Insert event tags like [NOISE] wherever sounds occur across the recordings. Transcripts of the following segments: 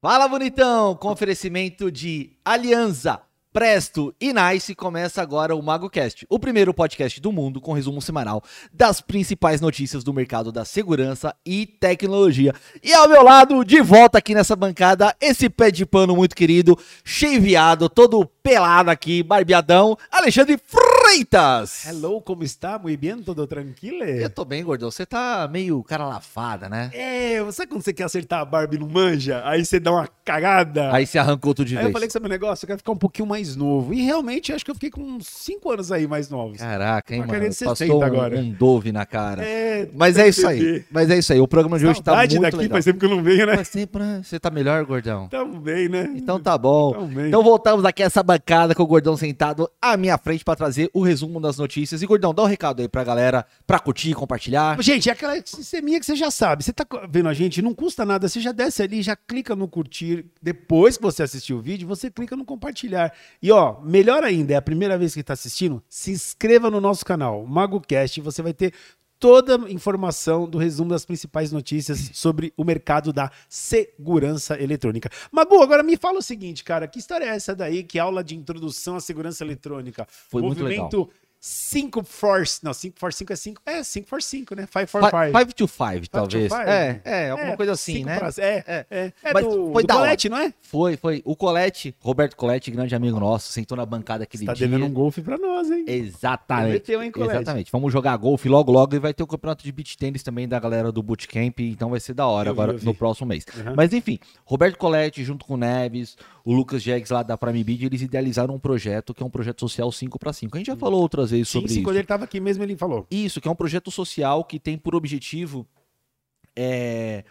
Fala, bonitão! Com oferecimento de Alianza, Presto e Nice, começa agora o MagoCast, o primeiro podcast do mundo com resumo semanal das principais notícias do mercado da segurança e tecnologia. E ao meu lado, de volta aqui nessa bancada, esse pé de pano muito querido, cheiveado, todo pelado aqui, barbeadão, Alexandre Freitas! Hello, como está? Muy bien, todo tranquilo? Eu tô bem, gordão. Você tá meio cara lavada, né? É, sabe quando você quer acertar a Barbie e não manja? Aí você dá uma cagada. Aí você arrancou tudo de Aí vez. eu falei que sabe o negócio? Eu quero ficar um pouquinho mais novo. E realmente, acho que eu fiquei com uns 5 anos aí mais novos. Caraca, hein, Uma mano? carinha de 60 Passou um, agora. um dove na cara. É, Mas é isso aí. Mas é isso aí. O programa de hoje tá Saudade muito daqui, legal. faz tempo que eu não venho, né? Faz tempo, né? Você tá melhor, gordão? Tamo bem, né? Então tá bom. Tamo bem. Então voltamos aqui a essa bancada com o Gordão sentado à minha frente pra trazer o resumo das notícias. E Gordão, dá um recado aí pra galera, pra curtir, compartilhar. Gente, é aquela sisteminha que você já sabe. Você tá vendo a gente, não custa nada. Você já desce ali, já clica no curtir. Depois que você assistir o vídeo, você clica no compartilhar. E ó, melhor ainda, é a primeira vez que tá assistindo, se inscreva no nosso canal, MagoCast. Você vai ter toda a informação do resumo das principais notícias sobre o mercado da segurança eletrônica. Magu, agora me fala o seguinte, cara. Que história é essa daí? Que aula de introdução à segurança eletrônica? Foi muito Movimento 5 Force. Não, 5 Force 5 é 5. É, 5 Force 5, né? 5 for 5. 5 to 5, to talvez. five? É, é, alguma coisa assim, cinco né? pra- É, É. é. é. é Mas do, foi do da hora. Colete, não é? Foi, foi. O Colete, Roberto Colete, grande amigo nosso, sentou na bancada aquele Você tá dia. devendo um golfe pra nós, É hein? Exatamente. Prometeu, hein, Colete? Exatamente. Vamos jogar golfe logo, logo. E vai ter o campeonato de beach tênis também da galera do Bootcamp. Então vai ser da hora Eu vi, agora eu vi. no próximo mês. Aham. Mas enfim, Roberto Coletti, junto com o Neves, o Lucas Jegs lá da Prime Bid, eles idealizaram um projeto que é um projeto social 5 para 5. A gente já falou outras vezes Hum. Sim, sobre sim, isso. quando ele tava aqui mesmo, ele falou. Isso, que é um projeto social que tem por objetivo é,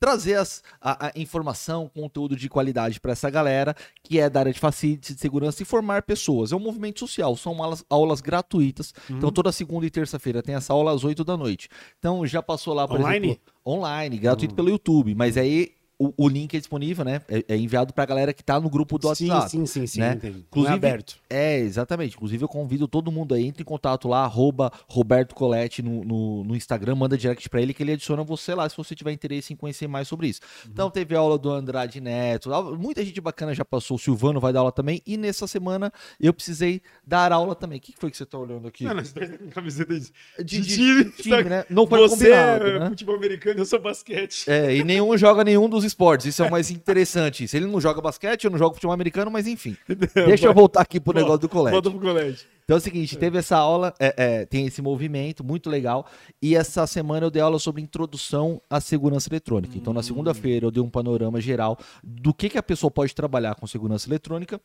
trazer as- a, a informação, conteúdo de qualidade para essa galera que é da área de facilities, de segurança e formar pessoas. É um movimento social, são aulas, aulas gratuitas. Uhum. Então, toda segunda e terça-feira tem essa aula às 8 da noite. Então, já passou lá, por Online? Uhum. exemplo, online, gratuito pelo YouTube, mas aí o, o link é disponível, né? É, é enviado para a galera que está no grupo do sim, WhatsApp. sim, sim, sim, né? entendi. Não Inclusive- é aberto. É, exatamente. Inclusive, eu convido todo mundo aí, entre em contato lá, arroba Roberto Coletti no, no, no Instagram, manda direct pra ele que ele adiciona você lá se você tiver interesse em conhecer mais sobre isso. Uhum. Então, teve aula do Andrade Neto, aula- muita gente bacana já passou, o Silvano vai dar aula também, e nessa semana eu precisei dar aula também. O que que foi que você tá olhando aqui? Não, nós dois temos camiseta de, De- de- time, de [LAUGHS] time, só que né? Não foi Você combinado, é né? futebol americano, eu sou basquete. É, e nenhum joga nenhum dos esportes, isso é o mais interessante. Se ele não joga basquete, eu não jogo futebol americano, mas enfim. É. É, Deixa eu voltar aqui pro Volta, negócio do colégio. Volta pro colégio. Então é o seguinte, teve essa aula, é, é, tem esse movimento muito legal, e essa semana eu dei aula sobre introdução à segurança eletrônica. Então na segunda-feira eu dei um panorama geral do que, que a pessoa pode trabalhar com segurança eletrônica.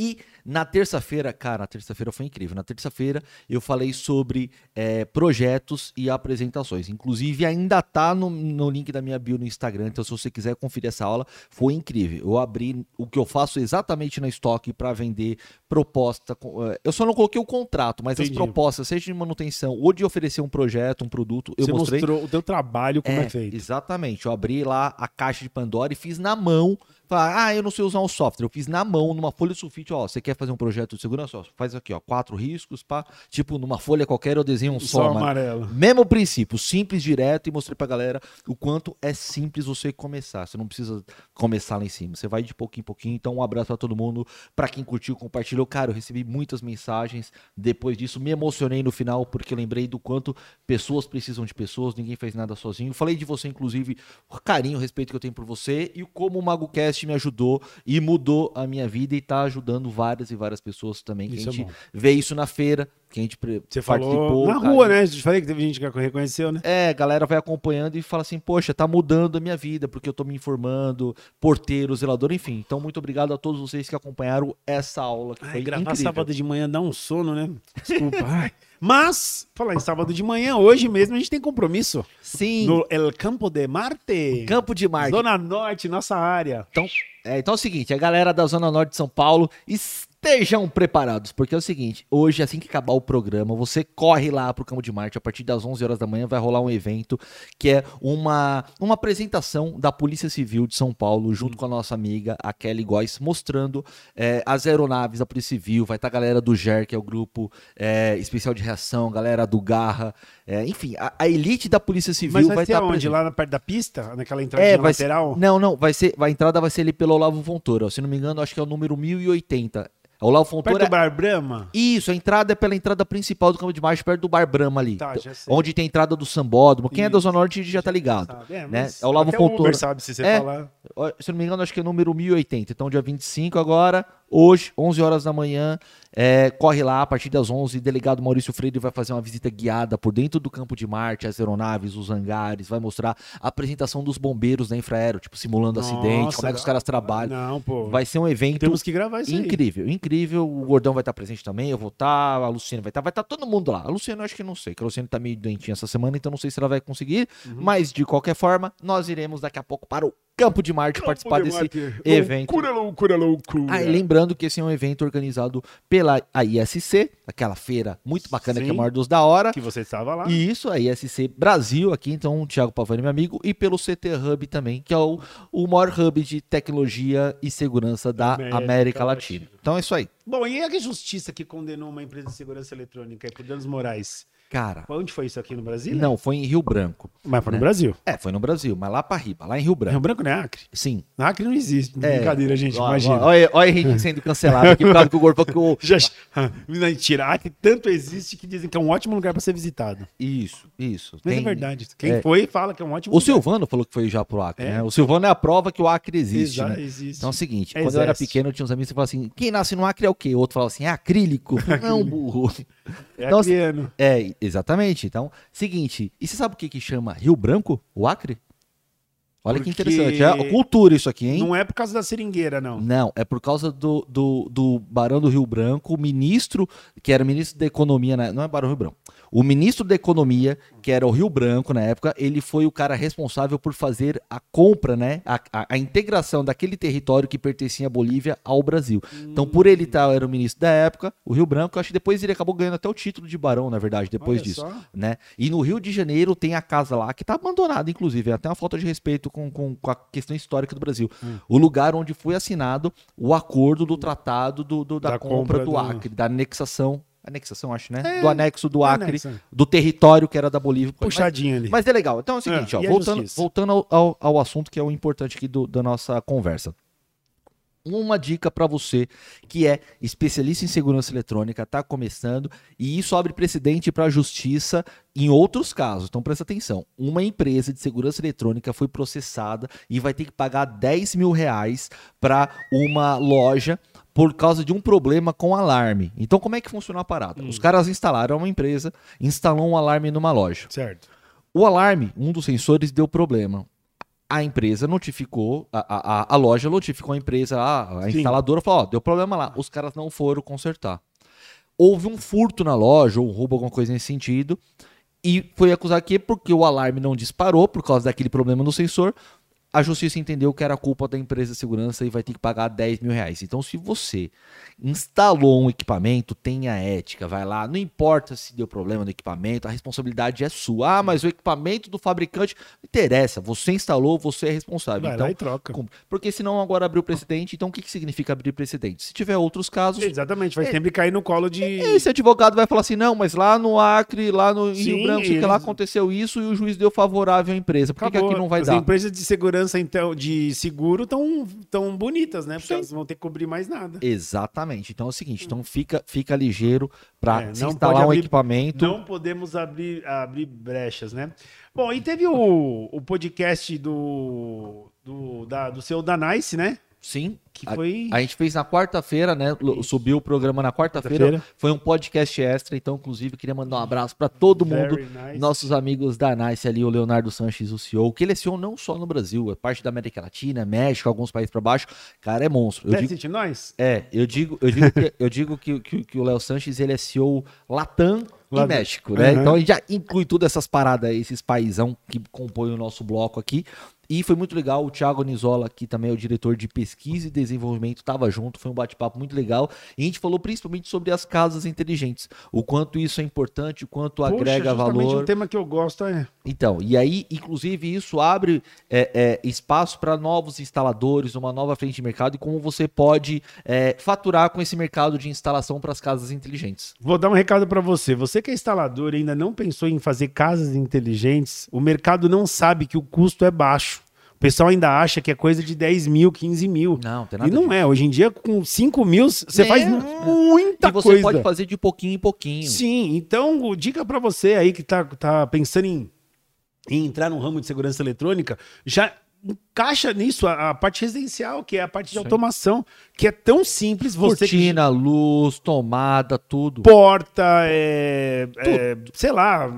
E na terça-feira, cara, na terça-feira foi incrível. Na terça-feira eu falei sobre é, projetos e apresentações. Inclusive, ainda tá no, no link da minha bio no Instagram. Então, se você quiser conferir essa aula, foi incrível. Eu abri o que eu faço exatamente na estoque para vender proposta. com- eh, Eu só não coloquei o contrato, mas as Entendi. propostas, seja de manutenção ou de oferecer um projeto, um produto, eu Você mostrei. mostrou o teu trabalho como é, feito. Exatamente. Eu abri lá a caixa de Pandora e fiz na mão. Falar, ah, eu não sei usar um software. Eu fiz na mão, numa folha de sulfite, ó. Você quer fazer um projeto de segurança? Ó, faz aqui, ó. Quatro riscos, pá. Tipo, numa folha qualquer eu desenho um só. Só mano. amarelo. Mesmo princípio, simples, direto, e mostrei pra galera o quanto é simples você começar. Você não precisa começar lá em cima. Você vai de pouquinho em pouquinho. Então, um abraço pra todo mundo. Pra quem curtiu, compartilhou. Cara, eu recebi muitas mensagens depois disso. Me emocionei no final, porque eu lembrei do quanto pessoas precisam de pessoas. Ninguém fez nada sozinho. Falei de você, inclusive, o carinho, o respeito que eu tenho por você e como o MagoCast me ajudou e mudou a minha vida e tá ajudando várias e várias pessoas também. Que Isso a é gente bom. vê isso na feira. Que a gente pre- Você participou, falou na cara, rua, né? Eu te falei que teve gente que reconheceu, né? é, a galera vai acompanhando e fala assim, poxa, tá mudando a minha vida, porque eu tô me informando, porteiro, zelador, enfim. Então, muito obrigado a todos vocês que acompanharam essa aula, que foi Ai, gravar incrível. sábado de manhã dá um sono, né? Desculpa. ai. Mas, falar em sábado de manhã, hoje mesmo a gente tem compromisso. Sim, No El Campo de Marte. Campo de Marte. Zona Norte, nossa área. Então, É, então é o seguinte, a galera da Zona Norte de São Paulo, estejam preparados, porque é o seguinte, hoje assim que acabar o programa, você corre lá pro Campo de Marte, a partir das 11 horas da manhã vai rolar um evento que é uma, uma apresentação da Polícia Civil de São Paulo, junto com a nossa amiga, a Kelly Góes, mostrando é, as aeronaves da Polícia Civil, vai estar a galera do GER, que é o grupo é, especial de reação, galera do Garra, é, enfim, a, a elite da Polícia Civil Mas vai, vai ser estar aonde? presente. Lá na parte da pista? Naquela entrada É, vai Então, lateral? Ser, não, não, vai ser, a entrada vai ser ali pelo Olavo Fontoura. Se não me engano, acho que é o número 1080. O Olavo Perto Fontoura. é do Bar Brahma? Isso, a entrada é pela entrada principal do Campo de Marte, perto do Bar Brahma ali. Tá, já sei. onde tem a entrada do Sambódromo. Quem é da Isso, Zona Norte já tá ligado. Sabe? É, né? mas É o Olavo até o Uber Fontoura. sabe se você É. falar. Ó, Se não me engano, acho que é o número 1080. Então, dia 25 agora, hoje, 11 horas da manhã, é, corre lá a partir das 11. O delegado Maurício Freire vai fazer uma visita guiada por dentro do Campo de Marte, as aeronaves, os hangares, vai mostrar a apresentação dos bombeiros da Infraero, tipo, simulando acidente, Nossa, como é que os caras trabalham. Não, pô. Vai ser um evento Temos que gravar isso aí. incrível, incrível. O Gordão vai estar presente também, eu vou estar, a Luciana vai estar, vai estar todo mundo lá. A Luciana eu acho que não sei, que a Luciana tá meio doentinha essa semana, então não sei se ela vai conseguir, Uhum. mas de qualquer forma, nós iremos daqui a pouco para o Campo de Marte participar desse evento. Loucura, loucura, loucura. Ah, e lembrando que esse é um evento organizado pela a ISC, aquela feira muito bacana que é Sim. o maior dos da hora. Que você estava lá. E isso, a ISC Brasil aqui, então o Thiago Pavani, meu amigo, e pelo CT Hub também, que é o, o maior hub de tecnologia e segurança da América América, Latina. Latina. Então é isso aí. Bom, e a justiça que condenou uma empresa de segurança eletrônica aí por danos morais? Cara, Onde foi isso aqui no Brasil? não, foi em Rio Branco. Mas foi no Né? Brasil. É, foi no Brasil, mas lá pra riba, lá em Rio Branco. Rio Branco não é Acre. Sim. Acre não existe. Brincadeira, gente. É, Ó, ó, imagina. Olha olha a [LAUGHS] gente sendo cancelado aqui por causa que o Gorpa que o- Já, [LAUGHS] mentira, Acre tanto existe que dizem que é um ótimo lugar para ser visitado. Isso, isso. Mas é tem- verdade. Quem é. foi fala que é um ótimo O lugar. Silvano falou que foi já pro Acre, É. né? O Silvano é a prova que o Acre existe, Exa- né? existe. Então é o seguinte, É quando eu era exército. pequeno, eu tinha uns amigos que falavam assim, quem nasce no Acre é o quê? O outro falava assim, é acrílico. [LAUGHS] Não, burro. é então, assim, acreano. É, exatamente. Então, seguinte, e você sabe o que que chama Rio Branco, o Acre? Olha que Porque interessante, é cultura isso aqui, hein? Não é por causa da seringueira, não. Não, é por causa do, do, do Barão do Rio Branco, o ministro, que era ministro da Economia, na- não é Barão do Rio Branco, o ministro da Economia, que era o Rio Branco na época, ele foi o cara responsável por fazer a compra, né, a, a- a integração daquele território que pertencia à Bolívia ao Brasil. Então, por ele estar, era o ministro da época, o Rio Branco, eu acho que depois ele acabou ganhando até o título de Barão, na verdade, depois Olha disso só. né? E no Rio de Janeiro tem a casa lá que tá abandonada, inclusive, é até uma falta de respeito com, com, com a questão histórica do Brasil. O lugar onde foi assinado o acordo do tratado do, do- da, Da compra compra, do- do Acre, da anexação. Anexação, acho, né? do anexo do Acre, é anexo. do território que era da Bolívia. Puxadinha ali. Mas, mas é legal. Então é o seguinte, É, ó, e a voltando, justiça? voltando ao, ao, ao assunto que é o importante aqui do- da nossa conversa uma dica para você que é especialista em segurança eletrônica, tá começando, e isso abre precedente para a justiça em outros casos. Então presta atenção. Uma empresa de segurança eletrônica foi processada e vai ter que pagar 10 mil reais para uma loja por causa de um problema com alarme. Então como é que funciona a parada? Hum. Os caras instalaram uma empresa, instalou um alarme numa loja. Certo. O alarme, um dos sensores, deu problema. A empresa notificou, a, a- a, a loja notificou a empresa, a, a Sim. instaladora falou: ó, deu problema lá. Os caras não foram consertar. Houve um furto na loja, ou um roubo, alguma coisa nesse sentido. E foi acusado que é porque o alarme não disparou por causa daquele problema no sensor, a justiça entendeu que era culpa da empresa de segurança e vai ter que pagar 10 mil reais. Então, se você instalou um equipamento, tenha ética, vai lá. Não importa se deu problema no equipamento, a responsabilidade é sua. Ah, mas o equipamento do fabricante não interessa. Você instalou, você é responsável. Vai então, lá e troca. cumpre. porque senão agora abriu precedente. Então, o que, que significa abrir precedente? Se tiver outros casos, Exatamente, É. vai sempre cair no colo de. esse advogado vai falar assim: não, mas lá no Acre, lá no em Sim, Rio Branco, sei que lá eles- aconteceu isso e o juiz deu favorável à empresa. Por que, que Acabou. aqui não vai As dar? empresas de segurança, então, de seguro, tão, tão bonitas, né? Porque elas não vão ter que cobrir mais nada. Exatamente. Então é o seguinte, então fica, fica ligeiro para Hum. É, se não instalar pode um abrir- equipamento. Não podemos abrir, abrir brechas, né? Bom, e teve o, o podcast do, do, da- do seu Danice, né? Sim, que a- foi. A gente fez na quarta-feira, né? Lu- Subiu o programa na quarta-feira. Quarta-feira. foi um podcast extra, então, inclusive, queria mandar um abraço para todo mundo. Very nice. Nossos amigos da Nice ali, o Leonardo Sanches, o CEO, que ele é CEO não só no Brasil, é parte da América Latina, México, alguns países para baixo. Cara, é monstro. Eu Deve digo- sentir nós? é, eu digo, eu digo, que, eu digo que, que- que o Léo Sanches ele é CEO Latam e Lá- México, né? Uhum. Então a gente já inclui todas essas paradas, aí, esses paizão que compõem o nosso bloco aqui. E foi muito legal, o Thiago Nizola, que também é o diretor de pesquisa e desenvolvimento, estava junto, foi um bate-papo muito legal. E a gente falou principalmente sobre as casas inteligentes, o quanto isso é importante, o quanto Poxa, agrega justamente valor. um tema que eu gosto é. Então, e aí, inclusive, isso abre é, é, espaço para novos instaladores, uma nova frente de mercado e como você pode é, faturar com esse mercado de instalação para as casas inteligentes. Vou dar um recado para você. Você que é instalador e ainda não pensou em fazer casas inteligentes, o mercado não sabe que o custo é baixo. O pessoal ainda acha que é coisa de 10 mil, 15 mil. Não, tem e não é. Hoje em dia, com 5 mil, você É. faz muita E você coisa. pode fazer de pouquinho em pouquinho. Sim, então o- dica para você aí que tá, tá pensando em, em entrar no ramo de segurança eletrônica, já encaixa nisso a, a parte residencial, que é a parte de Sim. automação, que é tão simples. Você que Cortina, luz, tomada, tudo. porta, é, é, sei lá,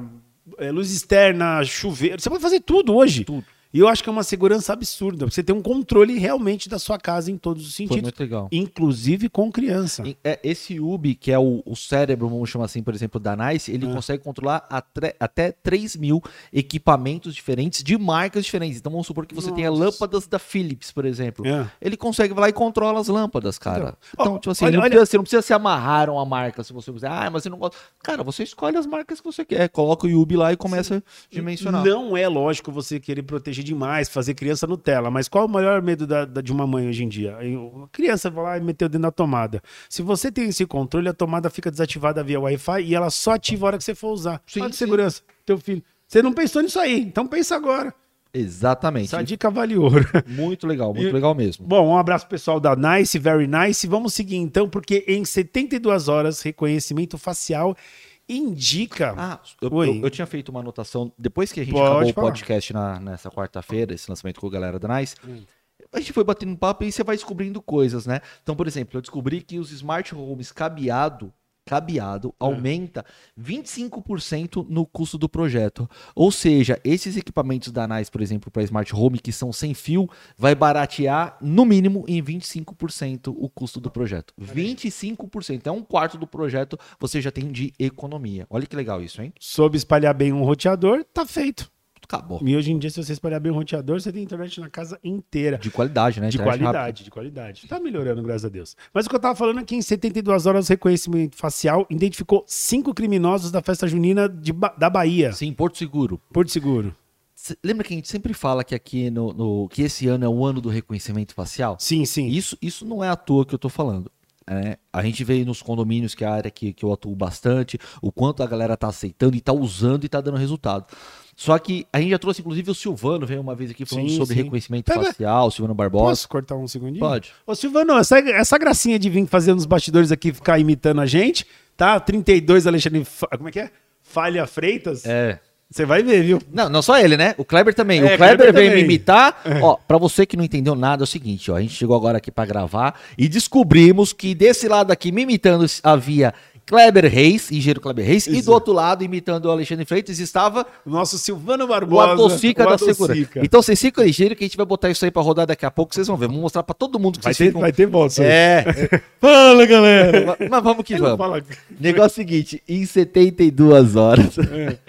é, luz externa, chuveiro. Você pode fazer tudo hoje. Tudo. E eu acho que é uma segurança absurda. Você tem um controle realmente da sua casa em todos os Foi sentidos, muito legal. inclusive com criança. E- é, Esse UB, que é o, o cérebro, vamos chamar assim, por exemplo, da NICE, ele Ah. consegue controlar atre- até 3 mil equipamentos diferentes de marcas diferentes. Então vamos supor que você tenha Nossa. lâmpadas da Philips, por exemplo. É. Ele consegue vai lá e controla as lâmpadas, cara. Ó, Então, tipo assim, olha- não, olha- Precisa, você não precisa se amarrar a uma marca se você quiser. Ah, mas você não gosta. Cara, você escolhe as marcas que você quer, coloca o Yubi lá e começa a dimensionar. Não é lógico você querer proteger demais, fazer criança Nutella, mas qual é o maior medo da- da- de uma mãe hoje em dia? Eu- A criança vai lá e meteu o dedo na tomada. Se você tem esse controle, a tomada fica desativada via Wi-Fi e ela só ativa a hora que você for usar. Sim, Sim, de sim. segurança, teu filho. Você não pensou nisso aí, então pensa agora. Exatamente. Essa dica vale ouro. [LAUGHS] Muito legal, muito E- legal mesmo. Bom, um abraço pro pessoal da Nice, Very Nice. Vamos seguir então, porque em 72 horas, reconhecimento facial indica. Ah, eu, Oi. eu- eu tinha feito uma anotação. Depois que a gente Pode acabou falar. o podcast na- nessa quarta-feira, esse lançamento com a galera da Nice, Hum. a gente foi batendo papo e você vai descobrindo coisas, né? Então, por exemplo, eu descobri que os smart homes cabeado, É. cabeado aumenta 25% no custo do projeto. Ou seja, esses equipamentos da Nice, por exemplo, para smart home, que são sem fio, vai baratear no mínimo em 25% o custo do projeto. 25%. É um quarto do projeto você já tem de economia. Olha que legal isso, hein? Soube espalhar bem um roteador, tá feito. Acabou. E hoje em dia, se você espalhar bem o roteador, você tem internet na casa inteira. De qualidade, né? De Internet rápida. qualidade, de qualidade. Tá melhorando, graças a Deus. Mas o que eu tava falando é que em 72 horas, o reconhecimento facial identificou cinco criminosos da festa junina de Ba- da Bahia. Sim, Porto Seguro. Porto Seguro. Cê- Lembra que a gente sempre fala que aqui no, no- que esse ano é o ano do reconhecimento facial? Sim, sim. Isso, isso não é à toa que eu tô falando. né? a gente vê nos condomínios, que é a área que, que eu atuo bastante, o quanto a galera tá aceitando e tá usando e tá dando resultado. Só que a gente já trouxe, inclusive, o Silvano veio uma vez aqui falando Sim, sobre sim. reconhecimento Pega- facial, o Silvano Barbosa. Posso cortar um segundinho? Pode. Ô, Silvano, essa, essa gracinha de vir fazer nos bastidores aqui ficar imitando a gente, tá? 32 Alexandre. Fa- Como é que é? Falha Freitas. É. Você vai ver, viu? Não, não só ele, né? O Kleber também. É, o Kleber, Kleber veio também. É. me [LAUGHS] imitar. Ó, pra você que não entendeu nada, é o seguinte, ó. A gente chegou agora aqui pra gravar e descobrimos que desse lado aqui, me imitando, havia Kleber Reis, engenheiro Kleber Reis, e do outro lado, imitando o Alexandre Freitas, estava O nosso Silvano o Barbosa. Adocica o da Adocica. Segura. Então vocês ficam ligeiros que a gente vai botar isso aí pra rodar daqui a pouco. Vocês vão ver. Vamos mostrar pra todo mundo que Vai vocês ter, ficam... vai ter volta. É, [LAUGHS] Fala, galera! mas- mas vamos que Ele não vamos. fala- [LAUGHS] Negócio é o seguinte, em 72 horas, [LAUGHS]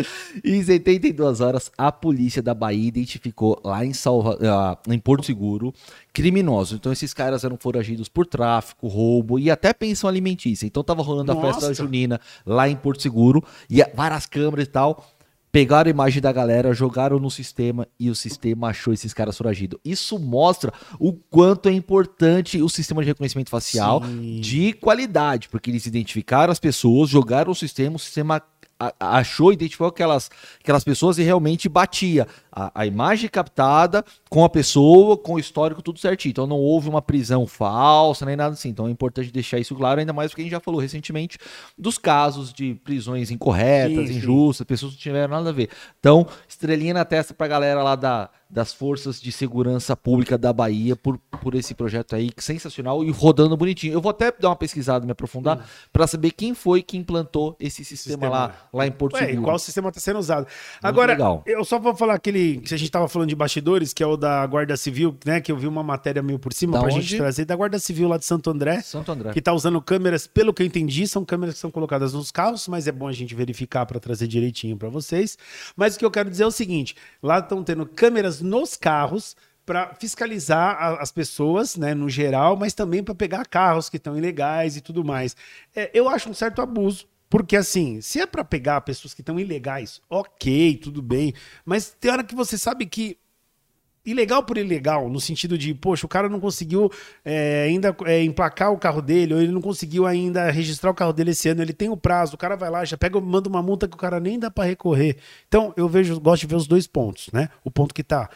em 72 horas, a polícia da Bahia identificou lá em, Salva, ah, em Porto Seguro criminosos. Então esses caras eram foragidos por tráfico, roubo e até pensão alimentícia. Então tava rolando a festa Nossa. junina lá em Porto Seguro e a- várias câmeras e tal. Pegaram a imagem da galera, jogaram no sistema e o sistema achou esses caras foragidos. Isso mostra o quanto é importante o sistema de reconhecimento facial Sim. de qualidade, porque eles identificaram as pessoas, jogaram o sistema, o sistema a- achou, identificou aquelas, aquelas pessoas e realmente batia. a, a imagem captada com a pessoa, com o histórico, tudo certinho. Então não houve uma prisão falsa nem nada assim. Então é importante deixar isso claro, ainda mais porque a gente já falou recentemente dos casos de prisões incorretas, Sim, sim. injustas, pessoas que não tiveram nada a ver. Então, estrelinha na testa pra galera lá da, das Forças de Segurança Pública da Bahia por, por esse projeto aí, que sensacional e rodando bonitinho. Eu vou até dar uma pesquisada, me aprofundar, pra saber quem foi que implantou esse sistema, Sistema. lá, lá em Porto Ué, e Seguro. É, qual sistema está sendo usado? Agora, legal. eu só vou falar aquele que a gente estava falando de bastidores, que é o da Guarda Civil, né? Que eu vi uma matéria meio por cima Da para a onde? gente trazer, da Guarda Civil lá de Santo André, Santo André. que está usando câmeras, pelo que eu entendi, são câmeras que são colocadas nos carros, mas é bom a gente verificar para trazer direitinho para vocês. Mas o que eu quero dizer é o seguinte: lá estão tendo câmeras nos carros para fiscalizar a- as pessoas, né, no geral, mas também para pegar carros que estão ilegais e tudo mais. É, eu acho um certo abuso. Porque, assim, se é para pegar pessoas que estão ilegais, ok, tudo bem. Mas tem hora que você sabe que ilegal por ilegal, no sentido de, poxa, o cara não conseguiu é, ainda é, emplacar o carro dele, ou ele não conseguiu ainda registrar o carro dele esse ano, ele tem o prazo, o cara vai lá, já pega, manda uma multa que o cara nem dá pra recorrer. Então, eu vejo, gosto de ver os dois pontos, né? O ponto que tá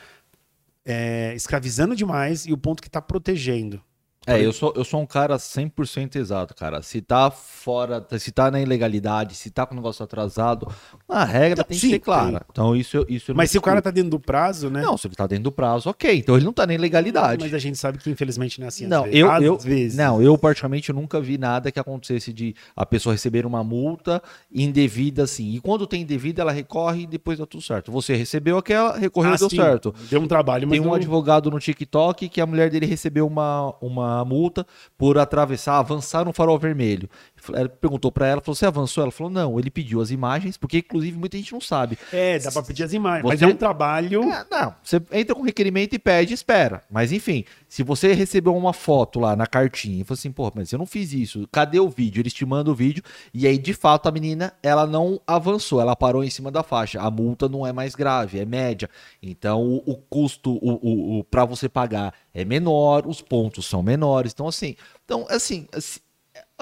é, escravizando demais e o ponto que tá protegendo. É, eu sou, eu sou um cara 100% exato, cara. Se tá fora, se tá na ilegalidade, se tá com o negócio atrasado, a regra Então, tem sim, que ser clara. Então isso, eu- isso eu não Mas se o cara discuto. tá dentro do prazo, né? Não, se ele tá dentro do prazo, ok. Então ele não tá na ilegalidade. Mas a gente sabe que infelizmente não é assim. às Não, vezes. eu, Às eu, vezes. não, eu particularmente nunca vi nada que acontecesse de a pessoa receber uma multa indevida assim. E quando tem indevida, ela recorre e depois dá tudo certo. Você recebeu aquela, recorreu Ah, e deu sim, certo. Deu um trabalho, mas Tem um não- advogado no TikTok que a mulher dele recebeu uma, uma multa por atravessar, avançar um farol vermelho. Ela perguntou pra ela, falou: "Você avançou?" Ela falou: "Não". Ele pediu as imagens, porque inclusive muita gente não sabe. É, dá pra pedir as imagens. Mas Você- é um trabalho. É, não, você entra com requerimento e pede, espera. Mas enfim, se você recebeu uma foto lá na cartinha e falou assim, porra, mas eu não fiz isso, cadê o vídeo? Eles te mandam o vídeo e aí de fato a menina, ela não avançou, ela parou em cima da faixa. A multa não é mais grave, é média. Então o, o custo o, o, para você pagar é menor, os pontos são menores. Então assim, então assim, assim,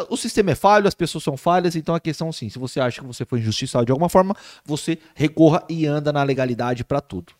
o sistema é falho, as pessoas são falhas, então a questão sim, se você acha que você foi injustiçado de alguma forma, você recorra e anda na legalidade pra tudo.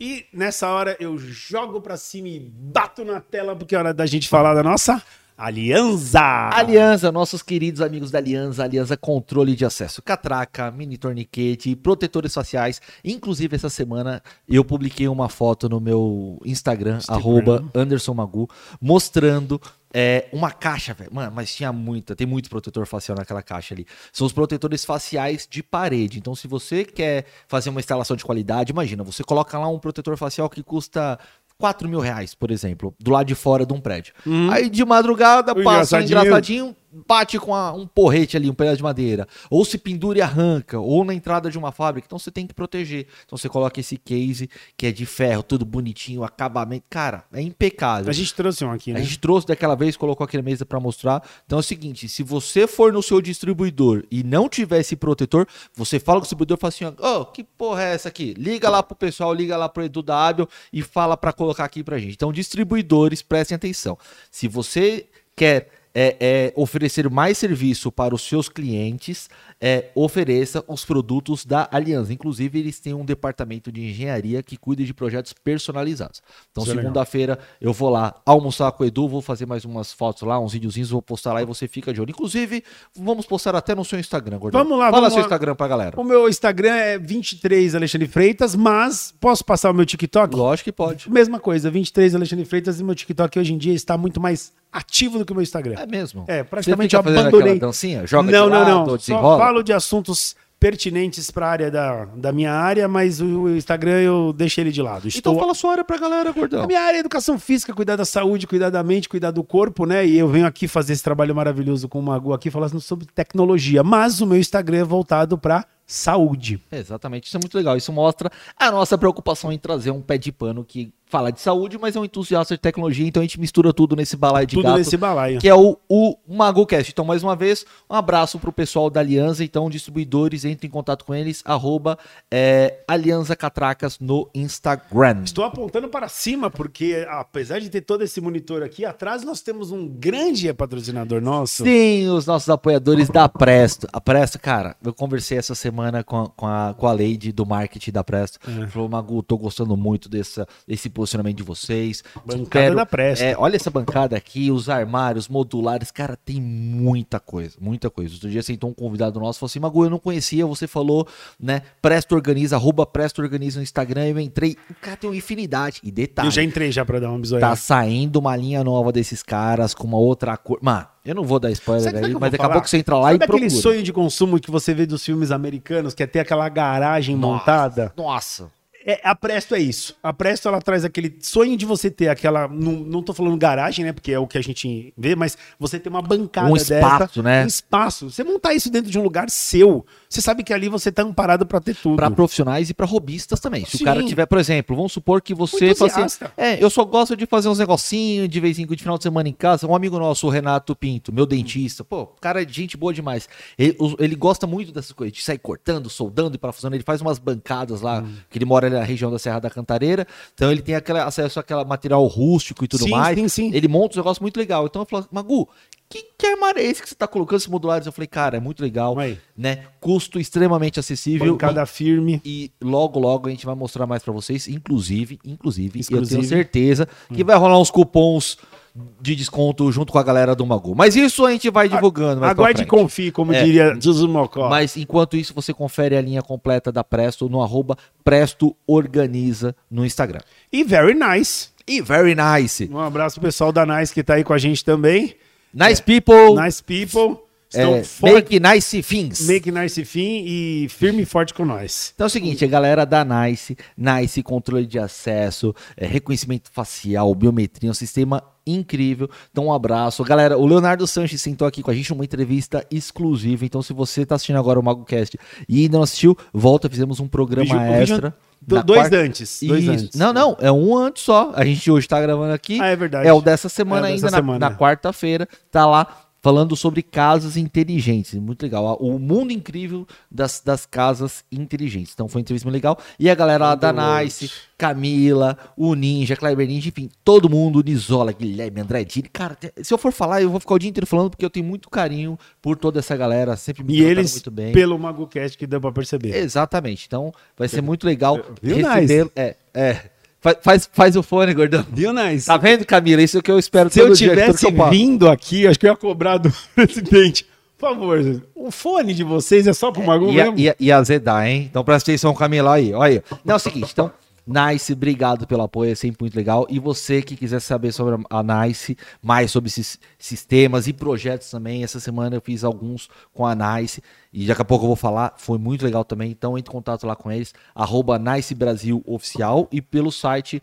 E nessa hora eu jogo pra cima e bato na tela, porque é hora da gente falar da nossa aliança. Aliança, nossos queridos amigos da Aliança, Aliança Controle de Acesso, catraca, mini torniquete, protetores faciais. Inclusive, essa semana eu publiquei uma foto no meu Instagram, Instagram. arroba Anderson Magu, mostrando é, uma caixa, velho. Mano, mas tinha muita, tem muito protetor facial naquela caixa ali. São os protetores faciais de parede. Então, se você quer fazer uma instalação de qualidade, imagina, você coloca lá um protetor facial que custa 4 mil reais, por exemplo, do lado de fora de um prédio. Aí de madrugada O passa um engraçadinho. engraçadinho, bate com a- um porrete ali, um pedaço de madeira. Ou se pendura e arranca, ou na entrada de uma fábrica. Então você tem que proteger. Então você coloca esse case que é de ferro, tudo bonitinho, acabamento. Cara, é impecável. A gente trouxe um aqui, A né? gente trouxe daquela vez, colocou aqui na mesa pra mostrar. Então é o seguinte: se você for no seu distribuidor e não tiver esse protetor, você fala com o distribuidor e fala assim: ó, "Ô, que porra é essa aqui? Liga lá pro pessoal, liga lá pro Edu da Abel e fala pra colocar aqui pra gente. Então, distribuidores, prestem atenção. Se você quer é, é, oferecer mais serviço para os seus clientes, é, ofereça os produtos da Aliança. Inclusive, eles têm um departamento de engenharia que cuida de projetos personalizados. Então, Isso é legal. segunda-feira eu vou lá almoçar com o Edu, vou fazer mais umas fotos lá, uns videozinhos, vou postar lá e você fica de olho. Inclusive, vamos postar até no seu Instagram, Gordão. Vamos lá, Fala vamos seu lá. Instagram pra galera. O meu Instagram é 23 Alexandre Freitas, mas posso passar o meu TikTok? Lógico que pode. Mesma coisa, 23 Alexandre Freitas e meu TikTok hoje em dia está muito mais ativo do que o meu Instagram. É mesmo. É, Você praticamente fica fazendo abandonei. aquela dancinha? Joga não, de não, lado, não. ou Só desenrola? falo de assuntos pertinentes para a área da, da minha área, mas o Instagram eu deixei ele de lado. Estou Então fala sua hora pra galera, A Gordão. minha área é educação física, cuidar da saúde, cuidar da mente, cuidar do corpo, né? E eu venho aqui fazer esse trabalho maravilhoso com o Magu aqui falando sobre tecnologia. Mas o meu Instagram é voltado pra saúde. Exatamente, isso é muito legal. Isso mostra a nossa preocupação em trazer um pé de pano que fala de saúde, mas é um entusiasta de tecnologia, então a gente mistura tudo nesse balaio de Tudo gato. nesse balaio. Que é o, o MagoCast. Então, mais uma vez, um abraço pro pessoal da Alianza. Então, distribuidores, entre em contato com eles, arroba é, Alianza Catracas no Instagram. Estou apontando para cima porque, apesar de ter todo esse monitor aqui atrás, nós temos um grande patrocinador nosso. Sim, os nossos apoiadores da Presto. A Presto, cara, eu conversei essa semana com a, com a, com a Lady do marketing da Presto. É. Falou, Magu, tô gostando muito dessa, desse posicionamento de vocês. Bancada Espero- da Presto. é, olha essa bancada aqui, os armários, modulares. Cara, tem muita coisa, muita coisa. Outro dia sentou um convidado nosso e falou assim, Magu, eu não conhecia, você falou, né? Presto Organiza, arroba Presto Organiza no Instagram. Eu entrei, o cara tem uma infinidade. E detalhe, Eu já entrei já pra dar uma bisoiada. tá saindo uma linha nova desses caras com uma outra cor. Mano, eu não vou dar spoiler Sabe- sabe aí, o que eu mas vou daqui a pouco falar? você entra lá Sabe e procura. aquele sonho de consumo que você vê dos filmes americanos, que é ter aquela garagem Nossa. montada? Nossa. É, a Presto é isso. A Presto ela traz aquele sonho de você ter aquela. Não, não tô falando garagem, né? Porque é o que a gente vê, mas você ter uma bancada Um espaço, dessa, né? Um espaço. Você montar isso dentro de um lugar seu. Você sabe que ali você tá amparado pra ter tudo. Pra profissionais e pra robistas também. Se Uhum. Sim. o cara tiver, por exemplo, vamos supor que você fala assim, entusiasta. é, eu só gosto de fazer uns negocinhos de vez em quando de final de semana em casa. Um amigo nosso, o Renato Pinto, meu dentista, pô, cara é de gente boa demais. Ele, os- ele gosta muito dessas coisas, de sair cortando, soldando e parafusando. Ele faz umas bancadas lá, Hum. que ele mora ali na região da Serra da Cantareira. Então ele tem aquela, acesso àquele material rústico e tudo Sim, mais. sim, sim. Ele monta uns negócios muito legal. Então eu falo, Magu, que, que armário é esse que você tá colocando esses modulares? Eu falei, cara, é muito legal, Aí. né? Custo extremamente acessível. Bancada firme. E logo, logo a gente vai mostrar mais pra vocês. Inclusive, inclusive, eu Exclusive. Hum. tenho certeza que vai rolar uns cupons de desconto junto com a galera do Magu. Mas isso a gente vai divulgando. mais pra Aguarde e frente. confie, como É. diria Zuzu Mocó. Mas enquanto isso, você confere a linha completa da Presto no arroba Presto Organiza no Instagram. E Very Nice. E very nice. Um abraço pro pessoal da Nice que tá aí com a gente também. Nice people. Nice people. Estão Oh. é, forte. Make nice things. Make Nice Fim e firme e forte com nós. Então é o seguinte, a galera da Nice, Nice controle de acesso, é, reconhecimento facial, biometria, um sistema incrível. Então um abraço. Galera, o Leonardo Sanches sentou aqui com a gente numa entrevista exclusiva. Então se você tá assistindo agora o MagoCast e ainda não assistiu, volta, fizemos um programa Vídeo- vídeo extra. do- na dois quarta- antes. Dois Isso. antes. Não, não, é um antes só. A gente hoje tá gravando aqui. Ah, é verdade. É o dessa semana É o ainda, dessa na- semana. na, quarta-feira, tá lá falando sobre casas inteligentes. Muito legal. Ah, O mundo incrível das, das casas inteligentes. Então foi uma entrevista muito legal. E a galera lá da Muito Nice, bom. Camila, o Ninja, Kleber Ninja, enfim, todo mundo, Nizola, Guilherme, Andredini. Cara, te- se eu for falar, eu vou ficar o dia inteiro falando, porque eu tenho muito carinho por toda essa galera. Sempre me E trataram eles, tá muito bem. pelo MagoCast, que deu pra perceber. Exatamente. Então vai ser muito legal Viu, receber. É, é. Fa- Faz, faz o fone, gordão. Viu, Nice? Tá vendo, Camila? Isso é o que eu espero Se eu todo dia, tudo tivesse que eu faço. vindo aqui, acho que eu ia cobrar do [LAUGHS] presidente. Por favor, o fone de vocês é só pro Magu Ia, mesmo? ia, ia azedar, hein? Então presta atenção, Camila, aí. Olha aí. Não, é o seguinte, então... Nice, obrigado pelo apoio, é sempre muito legal. E você que quiser saber sobre a Nice, mais sobre esses sistemas e projetos também, essa semana eu fiz alguns com a Nice e daqui a pouco eu vou falar, foi muito legal também. Então entre em contato lá com eles, arroba Nice Brasil Oficial e pelo site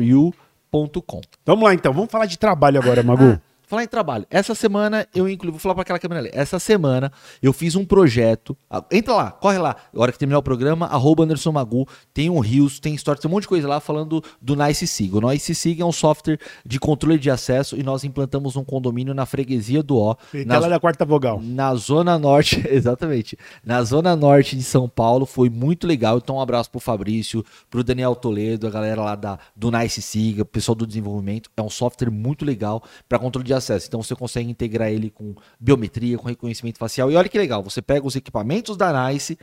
niceforyou.com. Vamos lá, então. Vamos falar de trabalho agora, Magu. Falar em trabalho. Essa semana eu incluí, vou falar pra aquela câmera ali. Essa semana eu fiz um projeto. Ah, Entra lá, corre lá. Na hora que terminar o programa, arroba Anderson Magu, tem um Rios, tem história, tem um monte de coisa lá falando do Nice Sig. O Nice Sig é um software de controle de acesso e nós implantamos um condomínio na freguesia do O. Eita, nas- Hum. lá da quarta vogal. na Zona Norte, [LAUGHS] exatamente. Na Zona Norte de São Paulo, foi muito legal. Então, um abraço pro Fabrício, pro Daniel Toledo, a galera lá da, do Nice Siga, o pessoal do desenvolvimento. É um software muito legal para controle de acesso. Então, você consegue integrar ele com biometria, com reconhecimento facial. E olha que legal, você pega os equipamentos da Nice.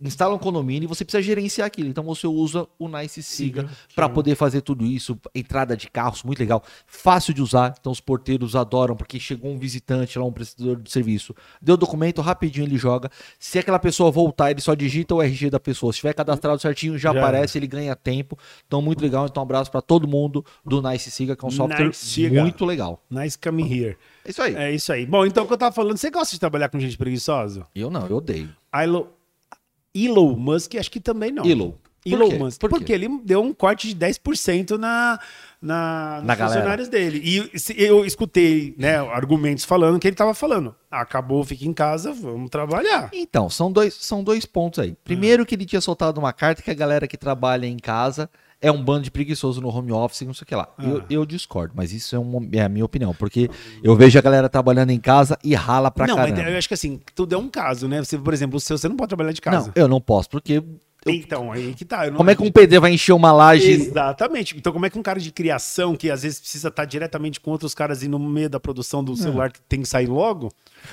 Instala um condomínio e você precisa gerenciar aquilo. Então você usa o Nice Siga para poder fazer tudo isso. Entrada de carros, muito legal. Fácil de usar. Então os porteiros adoram, porque chegou um visitante lá, um prestador de serviço. Deu o documento, rapidinho ele joga. Se aquela pessoa voltar, ele só digita o RG da pessoa. Se tiver cadastrado certinho, já, Já. aparece, ele ganha tempo. Então muito legal. Então um abraço para todo mundo do Nice Siga, que é um software Nice Siga. muito legal. Nice come here. É isso aí. É isso aí. Bom, então o que eu tava falando, você gosta de trabalhar com gente preguiçosa? Eu não, eu odeio. Ilo- Elon Musk, acho que também não. Ilo. Por Elon quê? Musk. Por quê? porque ele deu um corte de 10% na, na, nos Na galera. funcionários dele. E se- eu escutei né, argumentos falando que ele estava falando. Acabou, fica em casa, vamos trabalhar. Então, são dois, são dois pontos aí. Primeiro que ele tinha soltado uma carta que a galera que trabalha em casa é um bando de preguiçoso no home office, não sei o que lá. Ah. Eu, eu discordo, mas isso é, uma- é a minha opinião, porque eu vejo a galera trabalhando em casa e rala pra não, mas é caramba. eu acho que assim, tudo é um caso, né? Você, por exemplo, o seu, você não pode trabalhar de casa. Não, eu não posso, porque eu Então, aí que tá. eu não Como é que um PD vai encher uma laje? Exatamente. Então, como é que um cara de criação, que às vezes precisa estar diretamente com outros caras e no meio da produção É. do celular que tem que sair logo?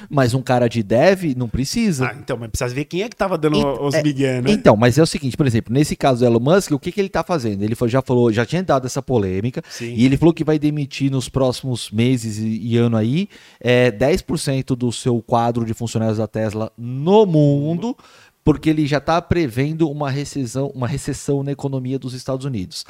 Mas um cara de dev não precisa. Ah, então, mas precisa ver quem é que tava dando Então, os é, migué, né? Então, mas é o seguinte, por exemplo, nesse caso do Elon Musk, o que, que ele tá fazendo? Ele foi- já falou, já tinha dado essa polêmica, Sim. e ele falou que vai demitir nos próximos meses e, e ano aí é, 10% do seu quadro de funcionários da Tesla no mundo, porque ele já está prevendo uma recessão, uma recessão na economia dos Estados Unidos.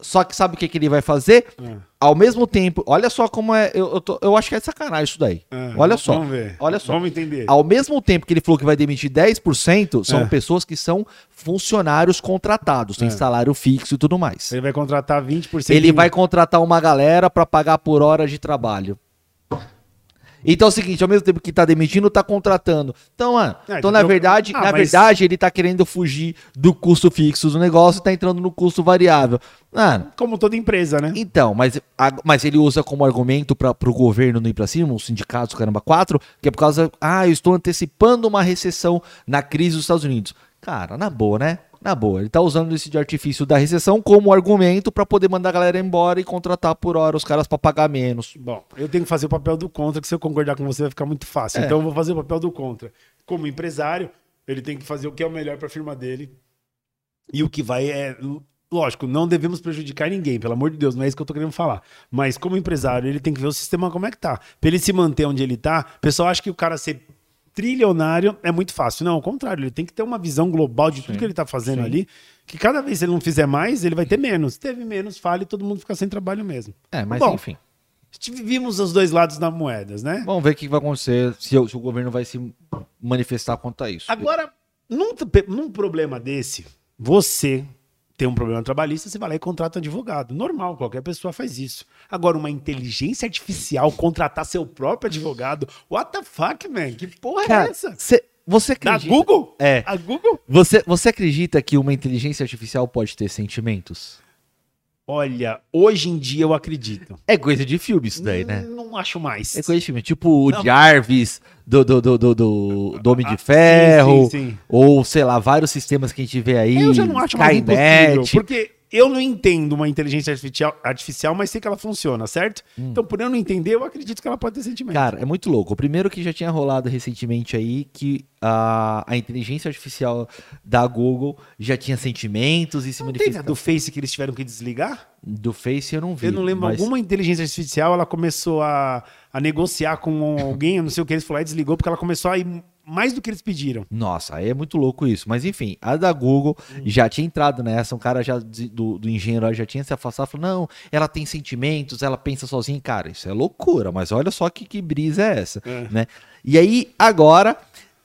Só que sabe o que, que ele vai fazer? Ah. Ao mesmo tempo, olha só como é. Eu, eu tô- eu acho que é de sacanagem isso daí. Ah, olha só. Vamos ver. Olha só. Vamos entender. Ao mesmo tempo que ele falou que vai demitir 10%, são É. pessoas que são funcionários contratados, têm É. salário fixo e tudo mais. Ele vai contratar 20%. Ele de- vai contratar uma galera pra pagar por hora de trabalho. Então é o seguinte, ao mesmo tempo que tá demitindo, tá contratando. Então, mano, É, então na entendeu? verdade, Ah, na mas- verdade, ele tá querendo fugir do custo fixo do negócio e tá entrando no custo variável. Mano, Como toda empresa, né? então, mas, a- mas ele usa como argumento para o governo não ir para cima, os sindicatos, caramba, quatro, que é por causa, ah, eu estou antecipando uma recessão na crise dos Estados Unidos. Cara, na boa, né? Na boa, ele tá usando esse de artifício da recessão como argumento para poder mandar a galera embora e contratar por hora os caras para pagar menos. Bom, eu tenho que fazer o papel do contra, que se eu concordar com você vai ficar muito fácil. Então eu vou fazer o papel do contra. Como empresário, ele tem que fazer o que é o melhor para a firma dele. E o que vai é. Lógico, não devemos prejudicar ninguém, pelo amor de Deus, não é isso que eu tô querendo falar. Mas como empresário, ele tem que ver o sistema como é que tá. Pra ele se manter onde ele tá, o pessoal acha que o cara ser trilionário é muito fácil. Não, ao contrário, ele tem que ter uma visão global de tudo que ele tá fazendo ali, que cada vez se ele não fizer mais, ele vai ter menos. Teve menos, falha e todo mundo fica sem trabalho mesmo. É, mas Bom, enfim. Vimos os dois lados da moedas, né? Vamos ver o que vai acontecer, se, o- se o governo vai se manifestar quanto a isso. Agora, num, t- num problema desse, você tem um problema trabalhista, você vai lá e contrata um advogado. Normal, qualquer pessoa faz isso. Agora, uma inteligência artificial contratar seu próprio advogado. What the fuck, man? Que porra é Cara, essa? cê- você Da acredita... Google? É. A Google? Você, você acredita que uma inteligência artificial pode ter sentimentos? Olha, hoje em dia eu acredito. É coisa de filme isso daí, né? N- Não acho mais. É coisa de filme. Tipo o Não. Jarvis do, do, do, do, do, do Homem Ah, de Ferro. Sim, sim. Ou, sei lá, vários sistemas que a gente vê aí. Eu já não acho mais Skynet. impossível, porque eu não entendo uma inteligência artificial, artificial, mas sei que ela funciona, certo? Então, por eu não entender, eu acredito que ela pode ter sentimento. Hum. Cara, é muito louco. O primeiro que já tinha rolado recentemente aí que a, a inteligência artificial da Google já tinha sentimentos e se não teve a manifestava. do Face que eles tiveram que desligar? Do Face eu não vi. eu não lembro, mas- alguma inteligência artificial, ela começou a, a negociar com alguém, eu não sei o que, eles falaram e desligou, porque ela começou a ir mais do que eles pediram. Nossa, aí é muito louco isso. Mas enfim, a da Google já tinha entrado nessa. Um cara já de- do, do engenheiro lá já tinha se afastado. Falou, não, ela tem sentimentos, ela pensa sozinha. Cara, isso é loucura. Mas olha só que, que brisa é essa, É. né? E aí, agora,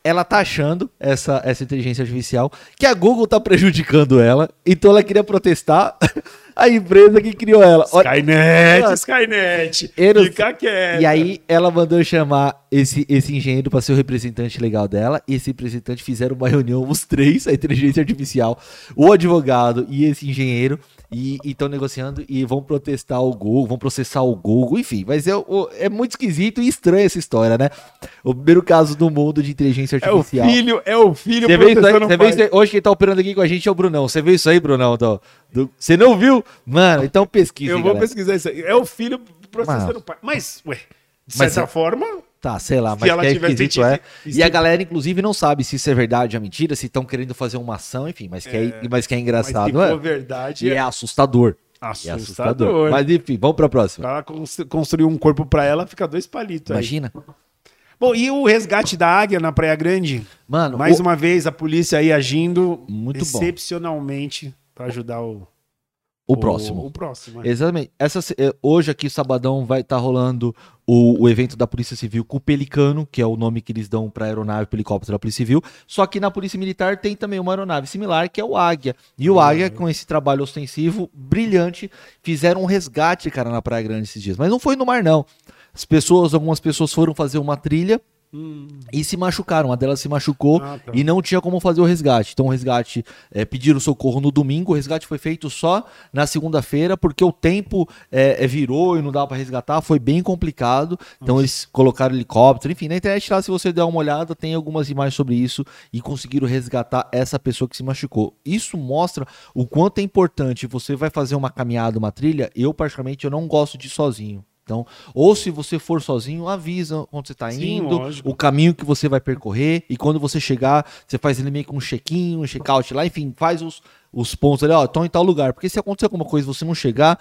ela tá achando, essa, essa inteligência artificial, que a Google tá prejudicando ela. Então ela queria protestar [LAUGHS] a empresa que criou ela. Olha- Skynet, Olha- Skynet, Eu não fica quieto. e aí ela mandou chamar esse, esse engenheiro para ser o representante legal dela, e esse representante fizeram uma reunião, os três, a inteligência artificial, o advogado e esse engenheiro, e estão negociando e vão protestar o Google, vão processar o Google, enfim, mas é, o- é muito esquisito e estranha essa história, né? O primeiro caso do mundo de inteligência É o artificial. filho, é o filho Você vê, isso aí, protestando você o vê pai. isso aí? hoje quem tá operando aqui com a gente é o Brunão. Você viu isso aí, Brunão? do- do- Você não viu? Mano, então pesquisa. Eu hein, vou galera. pesquisar isso aí. É o filho processando Mano. o pai. Mas, ué, de Mas certa é- forma, Tá, sei lá, Se mas ela que é tiver esquisito, sentido- é. E isso- a galera, inclusive, não sabe se isso é verdade ou mentira, se estão querendo fazer uma ação, enfim, mas que é, mas que é mas engraçado, se for é. E verdade, é é assustador. É assustador. assustador. Mas enfim, vamos pra próxima. Pra ela cons- construir um corpo pra ela, fica dois palitos Tá, aí. Imagina. Bom, e o resgate da águia na Praia Grande? Mano, Mais o- uma vez, a polícia aí agindo Muito bom. excepcionalmente pra ajudar o, o próximo. O, próximo. é. Exatamente. Essa, se- eh, hoje aqui, sabadão, vai estar rolando o, o evento da Polícia Civil com o Pelicano, que é o nome que eles dão para aeronave, pro helicóptero da Polícia Civil. Só que na Polícia Militar tem também uma aeronave similar, que é o Águia. E o Águia, com esse trabalho ostensivo, brilhante, fizeram um resgate, cara, na Praia Grande esses dias. Mas não foi no mar, não. As pessoas, algumas pessoas foram fazer uma trilha e se machucaram. Uma delas se machucou Hum, Ah, tá. e não tinha como fazer o resgate. Então, o resgate eh, pediram socorro no domingo. O resgate foi feito só na segunda-feira, porque o tempo eh, eh, virou e não dava para resgatar. Foi bem complicado. Então, eles colocaram helicóptero. Enfim, na internet lá, se você der uma olhada, tem algumas imagens sobre isso e conseguiram resgatar essa pessoa que se machucou. Isso mostra o quanto é importante. Você vai fazer uma caminhada, uma trilha. Eu, particularmente, eu não gosto de ir sozinho. Então, ou se você for sozinho, avisa quando você tá Sim, indo, lógico. o caminho que você vai percorrer e quando você chegar, você faz ele meio que um check-in, um check-out lá, enfim, faz os, os pontos ali, ó, estão em tal lugar. Porque se acontecer alguma coisa e você não chegar,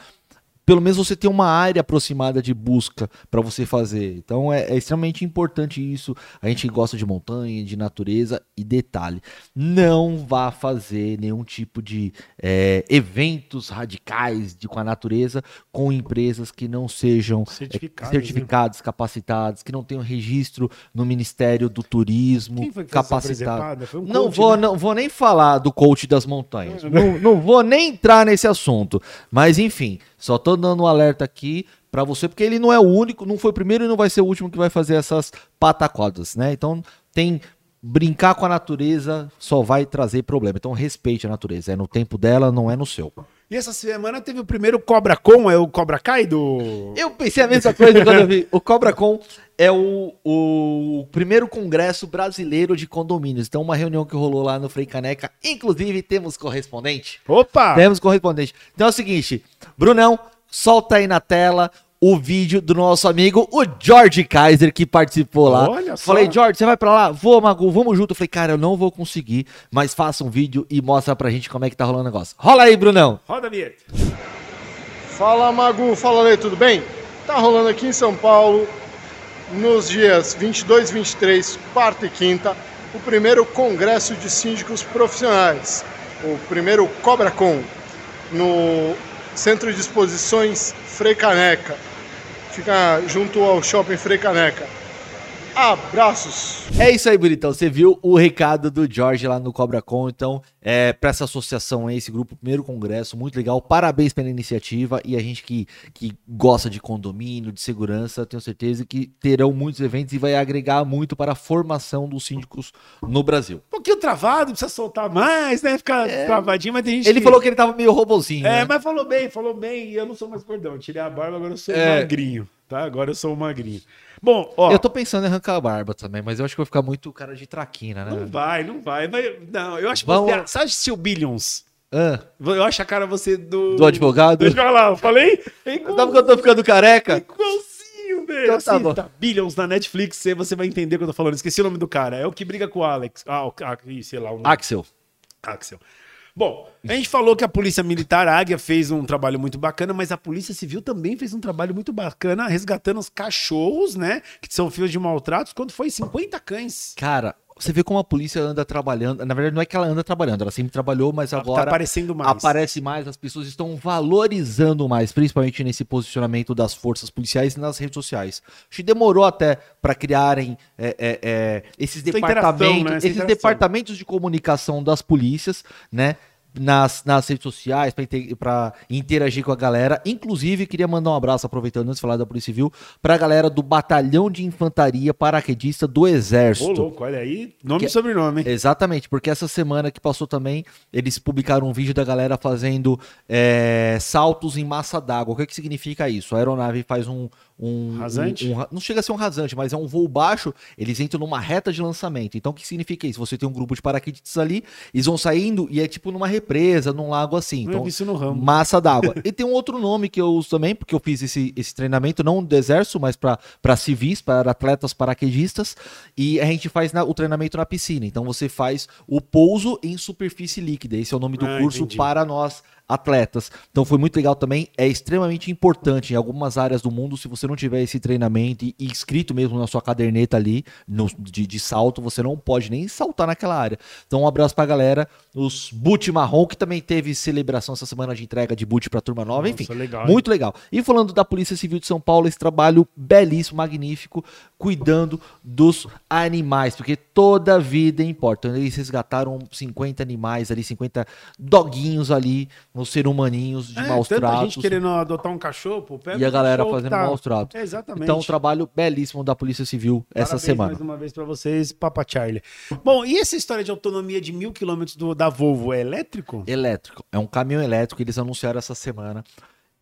pelo menos você tem uma área aproximada de busca para você fazer. Então é, é extremamente importante isso. A gente que gosta de montanha, de natureza e detalhe. Não vá fazer nenhum tipo de é, eventos radicais de, com a natureza com empresas que não sejam Certificados, né? certificados, capacitados, que não tenham registro no Ministério do Turismo, Quem foi que fez essa capacitado. presepada? Foi um não coach, vou, né? É. não vou nem falar do coach das montanhas. Não, não vou nem entrar nesse assunto. Mas enfim, só tô dando um alerta aqui pra você, porque ele não é o único, não foi o primeiro e não vai ser o último que vai fazer essas patacodas, né? Então tem brincar com a natureza só vai trazer problema. Então respeite a natureza, é no tempo dela, não é no seu. E essa semana teve o primeiro Cobra Com, é o Cobra Kai do. Eu pensei a mesma coisa quando eu vi. O CobraCon é o, o primeiro congresso brasileiro de condomínios. Então, uma reunião que rolou lá no Frei Caneca. Inclusive, temos correspondente. Opa! Temos correspondente. Então é o seguinte, Brunão, solta aí na tela o vídeo do nosso amigo, o George Kaiser, que participou lá. Olha só. Falei, George, você vai pra lá? Vou, Magu, vamos junto. Eu Falei, cara, eu não vou conseguir, mas faça um vídeo e mostra pra gente como é que tá rolando o negócio. Rola aí, Brunão. Roda a vinheta. Fala Magu, fala Lei, tudo bem? Tá rolando aqui em São Paulo, nos dias 22, 23, quarta e quinta, o primeiro Congresso de Síndicos Profissionais, o primeiro CobraCon, no Centro de Exposições Frei Caneca. Fica junto ao Shopping Frei Caneca. Abraços! É isso aí, bonitão. Você viu o recado do Jorge lá no CobraCon. Então, é, para essa associação aí, esse grupo, primeiro congresso, muito legal. Parabéns pela iniciativa. E a gente que, que gosta de condomínio, de segurança, tenho certeza que terão muitos eventos e vai agregar muito para a formação dos síndicos no Brasil. Um pouquinho travado, precisa soltar mais, né? Ficar travadinho, mas tem gente É. Ele falou que ele tava meio robozinho. É, É, mas falou bem, falou bem. E eu não sou mais gordão. Tirei a barba, agora eu sou É. magrinho. Tá? Agora eu sou magrinho. Bom, ó. Eu tô pensando em arrancar a barba também, mas eu acho que vai ficar muito cara de traquina, né? Não vai, não vai. vai- não, eu acho que Vamos- você. Sabe assistir o Billions? Ah, Eu acho a cara você do. do advogado. Hum. Deixa eu falar, eu falei? É Tá porque eu tô ficando careca? Igualzinho, velho. Então tá bom. Assista Billions na Netflix, e você vai entender o que eu tô falando. Esqueci o nome do cara. É o que briga com o Alex. Ah, o, ah ih, sei lá, o nome. Axel. Axel. Bom, a gente falou que a Polícia Militar, a Águia, fez um trabalho muito bacana, mas a Polícia Civil também fez um trabalho muito bacana resgatando os cachorros, né? Que são filhos de maltratos, quando foi 50 cães. Cara, você vê como a polícia anda trabalhando. Na verdade, não é que ela anda trabalhando, ela sempre trabalhou, mas agora tá aparecendo mais. aparece mais, as pessoas estão valorizando mais, principalmente nesse posicionamento das forças policiais nas redes sociais. Acho que demorou até para criarem é, é, é, esses Essa interação, departamentos, né? Essa esses interação. departamentos de comunicação das polícias, né? Nas, nas redes sociais, para interagir com a galera. Inclusive, queria mandar um abraço, aproveitando antes de falar da Polícia Civil, para a galera do Batalhão de Infantaria Paraquedista do Ô, Exército. louco, olha aí. Nome Que- é, e sobrenome, hein? Exatamente, porque essa semana que passou também, eles publicaram um vídeo da galera fazendo é, saltos em massa d'água. O que, que significa isso? A aeronave faz um. um Rasante? um- um ra- não chega a ser um rasante, mas é um voo baixo, eles entram numa reta de lançamento. Então, o que significa isso? Você tem um grupo de paraquedistas ali, eles vão saindo e é tipo numa represa, num lago assim. Não Então, vi isso no ramo. Massa [LAUGHS] d'água. e tem um outro nome que eu uso também, porque eu fiz esse, esse treinamento, não do exército, mas para civis, para atletas paraquedistas. E a gente faz na- o treinamento na piscina. Então você faz o pouso em superfície líquida. Esse é o nome do Ah, curso entendi. para nós atletas. Então foi muito legal também. É extremamente importante em algumas áreas do mundo, se você não tiver esse treinamento e e escrito mesmo na sua caderneta ali no- de, de salto, você não pode nem saltar naquela área. Então um abraço pra galera, os boot marrom que também teve celebração essa semana de entrega de boot pra turma nova, enfim. Nossa, legal, hein? muito legal. E falando da Polícia Civil de São Paulo, esse trabalho belíssimo, magnífico, cuidando dos animais, porque toda vida importa. Então, Eles resgataram 50 animais ali, 50 doguinhos ali, nos ser humaninhos de É, maus tanta tratos. gente querendo adotar um cachorro, pô, pega E a um galera cachorro fazendo que tá- maus tratos. É, exatamente. Então, um trabalho belíssimo da Polícia Civil essa Parabéns semana. mais uma vez pra vocês, Papa Charlie. Bom, e essa história de autonomia de mil quilômetros do- da Volvo é elétrico? Elétrico. É um caminhão elétrico, eles anunciaram essa semana.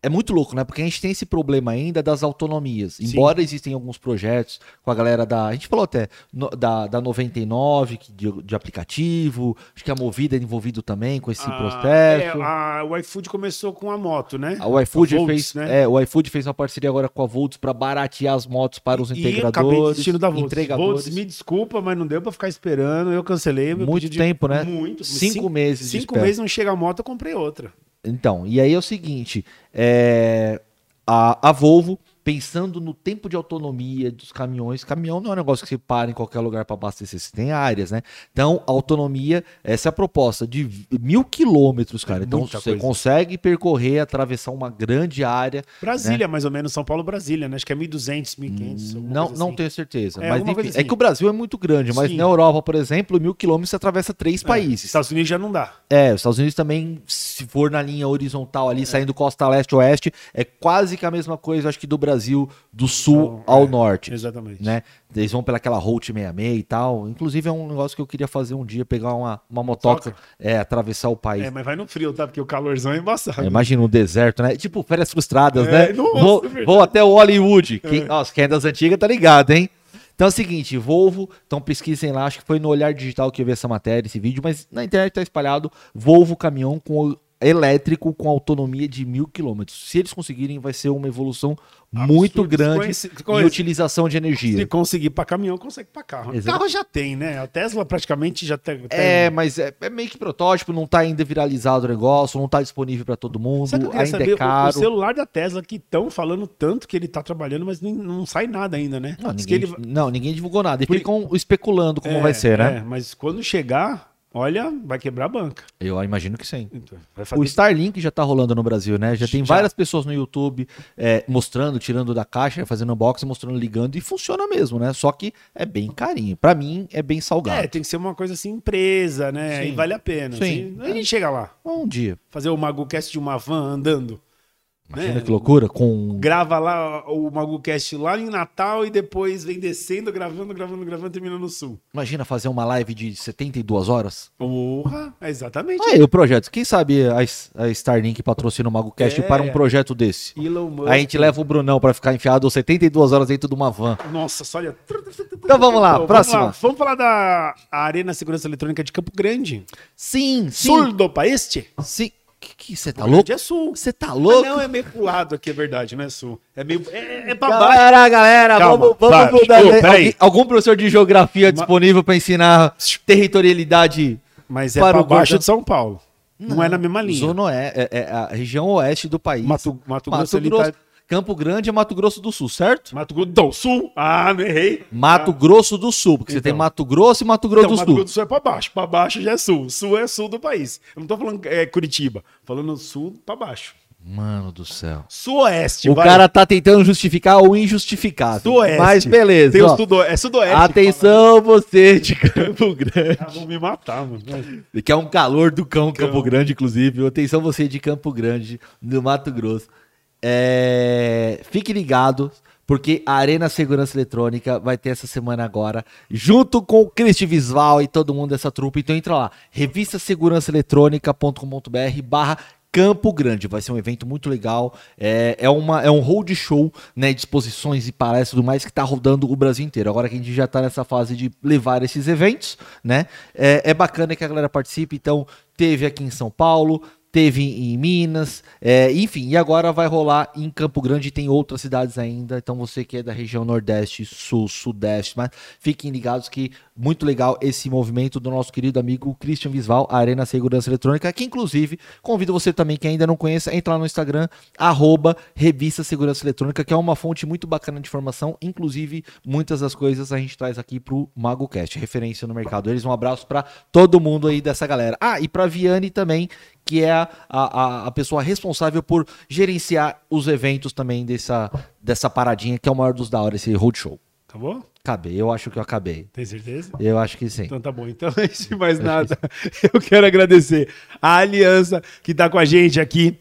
É muito louco, né? Porque a gente tem esse problema ainda das autonomias. Embora existem alguns projetos com a galera da. A gente falou até no- da, da 99, que de, de aplicativo. Acho que a Movida é envolvido também com esse Ah, processo. é, a- o iFood começou com a moto, né? O iFood, a Volts, fez, né? é, o iFood fez uma parceria agora com a Volts para baratear as motos para os E acabei integradores. desistindo da Volts. entregadores. Volts, me desculpa, mas não deu pra ficar esperando. Eu cancelei. meu Muito pedido de- tempo, né? Muito. Cinco meses de Cinco espera. meses não chega a moto, eu comprei outra. Então, e aí é o seguinte: é, a, a Volvo, pensando no tempo de autonomia dos caminhões, caminhão não é um negócio que você para em qualquer lugar para abastecer, você tem áreas, né? Então, a autonomia, essa é a proposta de vi- mil quilômetros, cara. então, muita você coisa. consegue percorrer, atravessar uma grande área. Brasília, mais ou menos. São Paulo, Brasília, né? Acho que é 1.200, 1.500. alguma Hum, Não, coisa não assim. tenho certeza. É, mas alguma enfim, coisa é assim. que o Brasil é muito grande, mas Sim. É. na Europa, por exemplo, mil quilômetros você atravessa três países. Estados Unidos já não dá. É, os Estados Unidos também, se for na linha horizontal É. ali, saindo costa leste-oeste, é quase que a mesma coisa, acho que do Brasil, do sul Então, ao é, norte, Exatamente. né? Eles vão pelaquela Route 66 e tal. Inclusive, é um negócio que eu queria fazer um dia, pegar uma, uma motoca, é, atravessar o país. É, mas vai no frio, tá? Porque o calorzão é embaçado. Imagina um deserto, né? Tipo férias frustradas, É, né? nossa, vou, é verdade. vou até o Hollywood. Quem, Nossa, quem é das antigas tá ligado, hein? Então é o seguinte, Volvo, então pesquisem lá, acho que foi no Olhar Digital que eu vi essa matéria, esse vídeo, mas na internet tá espalhado Volvo caminhão com o- elétrico com autonomia de mil quilômetros. Se eles conseguirem, vai ser uma evolução muito Absurdo, grande desconheci- em desconheci- utilização de Se energia. conseguir pra caminhão, consegue pra carro. Exato. Carro já tem, né? A Tesla praticamente já tem. né? É, mas é, é meio que protótipo, não tá ainda viralizado o negócio, não tá disponível para todo mundo, Sabe o que eu queria ainda saber? é O- caro. O celular da Tesla que estão falando tanto que ele tá trabalhando, mas nem- não sai nada ainda, né? Não Diz que ninguém, ele... não, ninguém divulgou nada. E Por- ficam especulando como É, vai ser, né? é, mas quando chegar, olha, vai quebrar a banca. Eu imagino que sim. Então, vai fazer O Starlink já tá rolando no Brasil, né? Já tem Já. várias pessoas no YouTube é, mostrando, tirando da caixa, fazendo unboxing, mostrando, ligando e funciona mesmo, né? Só que é bem carinho. Pra mim, é bem salgado. É, tem que ser uma coisa assim, empresa, né? Sim. E vale a pena. Sim. assim. Aí a gente chega lá, Bom Um dia. fazer o MaguCast de uma van andando. Imagina né? que loucura. Com. um, Grava lá o MaguCast lá em Natal e depois vem descendo, gravando, gravando, gravando, terminando no sul. Imagina fazer uma live de 72 horas. Porra, é exatamente. Aí o projeto. Quem sabe a, S- a Starlink patrocina o MagoCast É. para um projeto desse? Elon Musk. Aí a gente leva o Brunão pra ficar enfiado 72 horas dentro de uma van. Nossa, só olha. Então vamos lá, Vamos próxima. lá, Vamos falar da Arena Segurança Eletrônica de Campo Grande. Sim, Sul do país? Tá Sim. Que que você tá louco? É sul. Você tá Mas louco? não, é meio pro lado aqui, é verdade, não é sul. É meio. É, é pra baixo. Galera, galera, Calma, vamos, vamos para. mudar. Ô, né? peraí. Alguém- algum professor de geografia disponível pra ensinar territorialidade? Mas é Para pra o baixo Gordão. de São Paulo. Não, é na mesma linha. Zona Oeste, é, é a região oeste do país. Mato, Mato, Grosso, ele tá- Campo Grande é Mato Grosso do Sul, certo? Mato Grosso do Sul. Ah, não errei. Mato Grosso do Sul, porque você Então. tem Mato Grosso e Mato Grosso Então, do Mato Sul. Grosso do Sul é pra baixo. Pra baixo já é sul. Sul é sul do país. Eu não tô falando é, Curitiba. Falando sul pra baixo. Mano do céu. Suoeste, o vai. cara tá tentando justificar o injustificável. Sudoeste. Mas beleza. Tem o ó. sudo... É sudoeste. que Atenção, você de Campo Grande. fala. Ah, vão me matar, mano. Que é um calor do cão, Campo Cão. Grande, inclusive. Atenção você de Campo Grande, do Mato Grosso. É, Fique ligado, porque a Arena Segurança Eletrônica vai ter essa semana agora, junto com o Cristi Visval e todo mundo dessa trupe. Então entra lá, revistasegurançaeletrônica.com.br barra Campo Grande, vai ser um evento muito legal. É, é, uma, é um road show, né? De exposições e palestras e tudo mais que tá rodando o Brasil inteiro. Agora que a gente já tá nessa fase de levar esses eventos, né? É, é bacana que a galera participe. Então, teve aqui em São Paulo, teve em Minas, é, enfim, e agora vai rolar em Campo Grande e tem outras cidades ainda. Então, você que é da região Nordeste, Sul, Sudeste, mas fiquem ligados que muito legal esse movimento do nosso querido amigo Christian Visval, Arena Segurança Eletrônica, que inclusive convido você também que ainda não conheça, entra lá no Instagram, arroba Revista Segurança Eletrônica, que é uma fonte muito bacana de informação, inclusive muitas das coisas a gente traz aqui pro MagoCast, referência no mercado. Eles um abraço para todo mundo aí dessa galera. Ah, e pra Viane também, que é a, a, a pessoa responsável por gerenciar os eventos também dessa, dessa paradinha, que é o maior dos da hora, esse roadshow. Acabou? Acabei, eu acho que eu acabei. Tem certeza? Eu acho que sim. Então tá bom. Então, [LAUGHS] antes de mais nada, eu quero agradecer a aliança que tá com a gente aqui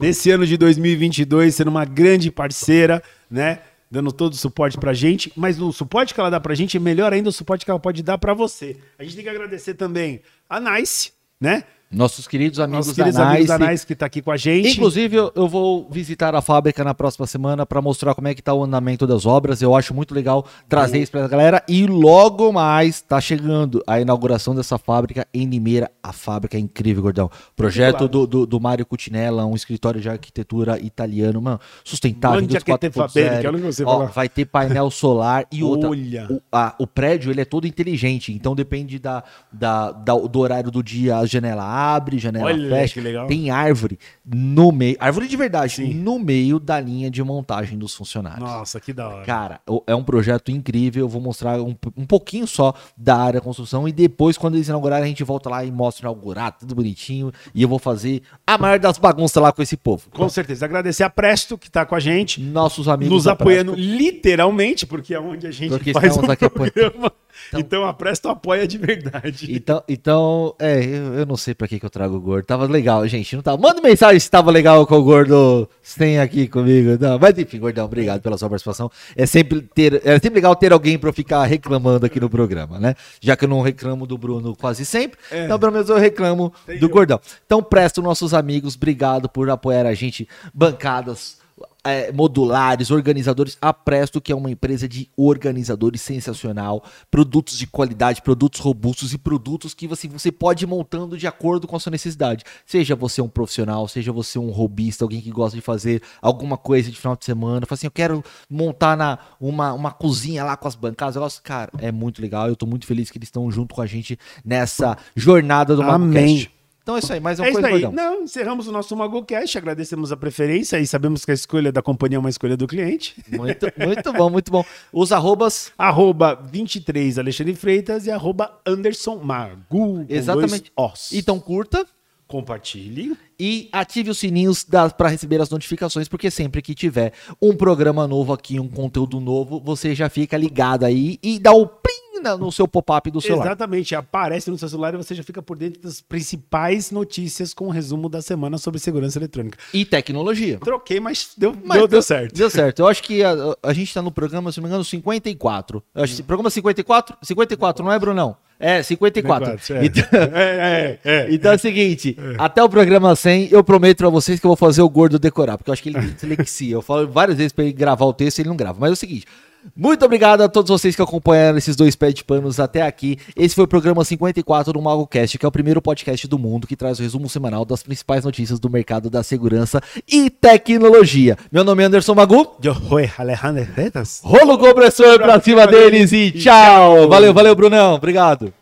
nesse ano de 2022, sendo uma grande parceira, né? Dando todo o suporte pra gente, mas o suporte que ela dá pra gente é melhor ainda o suporte que ela pode dar pra você. A gente tem que agradecer também a Nice, né? Nossos queridos amigos Nossos queridos da amigos da Nice. Nice que tá aqui com a gente. Inclusive, eu- eu vou visitar a fábrica na próxima semana para mostrar como é que tá o andamento das obras. Eu acho muito legal trazer isso pra galera. E logo mais tá chegando a inauguração dessa fábrica em Limeira. A fábrica é incrível, gordão. Projeto do, do, do Mário Cutinella, um escritório de arquitetura italiano, mano, sustentável. Mande a indústria Quete Faber, que eu não 4.0. consigo Ó, falar. vai ter painel solar e outra. Olha. O, a- o prédio ele é todo inteligente, então depende da, da- da- do horário do dia. A janela abre, janela Olha, fecha. que legal. Tem árvore no meio, árvore de verdade, no meio da linha de montagem dos funcionários. Nossa, que da hora. Cara, o- é um projeto incrível. Eu vou mostrar um, p- um pouquinho só da área da construção e depois, quando eles inaugurarem, a gente volta lá e mostra inaugurar, tudo bonitinho. E eu vou fazer a maior das bagunças lá com esse povo. Com certeza. Agradecer a Presto, que tá com a gente. Nossos amigos nos da Prática. apoiando literalmente, porque é onde a gente Porque faz estamos o aqui apoiando. programa. Então, a Presto apoia de verdade. Então, então é, eu, eu não sei pra que, que eu trago o gordo. Tava legal, gente. Não tava... Manda mensagem se tava legal com o gordo. Se tem aqui comigo. Não, mas enfim, gordão, obrigado pela sua participação. É sempre, ter, é sempre legal ter alguém pra eu ficar reclamando aqui no programa, né? Já que eu não reclamo do Bruno quase sempre, então pelo menos eu reclamo do gordão. Então, presto nossos amigos, obrigado por apoiar a gente. Bancadas é, modulares, organizadores. A Presto, que é uma empresa de organizadores sensacional, produtos de qualidade, produtos robustos e produtos que você, você pode ir montando de acordo com a sua necessidade. Seja você um profissional, seja você um hobbyista, alguém que gosta de fazer alguma coisa de final de semana. Fala assim, eu quero montar na, uma, uma cozinha lá com as bancadas. Eu gosto, cara, é muito legal. Eu tô muito feliz que eles estão junto com a gente nessa jornada do Amém. Magucast. Então é isso aí, mais uma é isso coisa, aí. Gordão. Não, encerramos o nosso MagoCast, agradecemos a preferência e sabemos que a escolha da companhia é uma escolha do cliente. Muito, muito bom, muito bom. Os arrobas Arroba 23 Alexandre Freitas e arroba Anderson Magu. com Exatamente. dois Os. Então curta compartilhe. e ative os sininhos para receber as notificações, porque sempre que tiver um programa novo aqui, um conteúdo novo, você já fica ligado aí e dá o plim na- no seu pop-up do celular. Exatamente, aparece no seu celular e você já fica por dentro das principais notícias com o resumo da semana sobre segurança eletrônica. E tecnologia. Troquei, mas deu, Mas deu, deu certo. Deu certo. Eu acho que a, a gente tá no programa, se não me engano, 54. Eu Hum. acho, que- Programa 54? 54, não é, Brunão? É, 54. é. [LAUGHS] Então, É, é, é. [LAUGHS] Então é o seguinte, até o programa 100, eu prometo pra vocês que eu vou fazer o gordo decorar, porque eu acho que ele tem dislexia. Eu falo várias vezes pra ele gravar o texto e ele não grava. Mas é o seguinte, muito obrigado a todos vocês que acompanharam esses dois pés de panos até aqui. Esse foi o programa 54 do MagoCast, que é o primeiro podcast do mundo que traz o resumo semanal das principais notícias do mercado da segurança e tecnologia. Meu nome é Anderson Magu, Yo soy Alejandro Retas. rolo compressor pra cima deles e tchau. Valeu, valeu, Brunão. Obrigado.